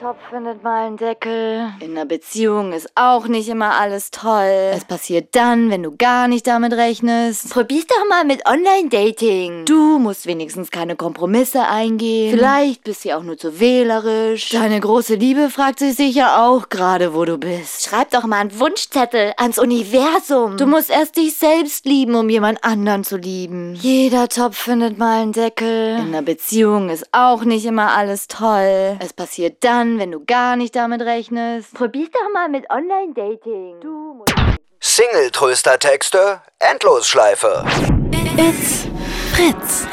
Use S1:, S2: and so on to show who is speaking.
S1: Topf findet mal einen Deckel. In einer Beziehung ist auch nicht immer alles toll. Es passiert dann, wenn du gar nicht damit rechnest. Probier's doch mal mit Online-Dating. Du musst wenigstens keine Kompromisse eingehen. Vielleicht bist du ja auch nur zu wählerisch. Deine große Liebe fragt sich sicher auch gerade, wo du bist.
S2: Schreib doch mal einen Wunschzettel ans Universum.
S1: Du musst erst dich selbst lieben, um jemand anderen zu lieben. Jeder Topf findet mal einen Deckel. In einer Beziehung ist auch nicht immer alles toll. Es passiert dann, wenn du gar nicht damit rechnest.
S2: Probier's doch mal mit Online-Dating. Du musst
S3: Single-Tröster-Texte, Endlosschleife.
S4: It's Fritz.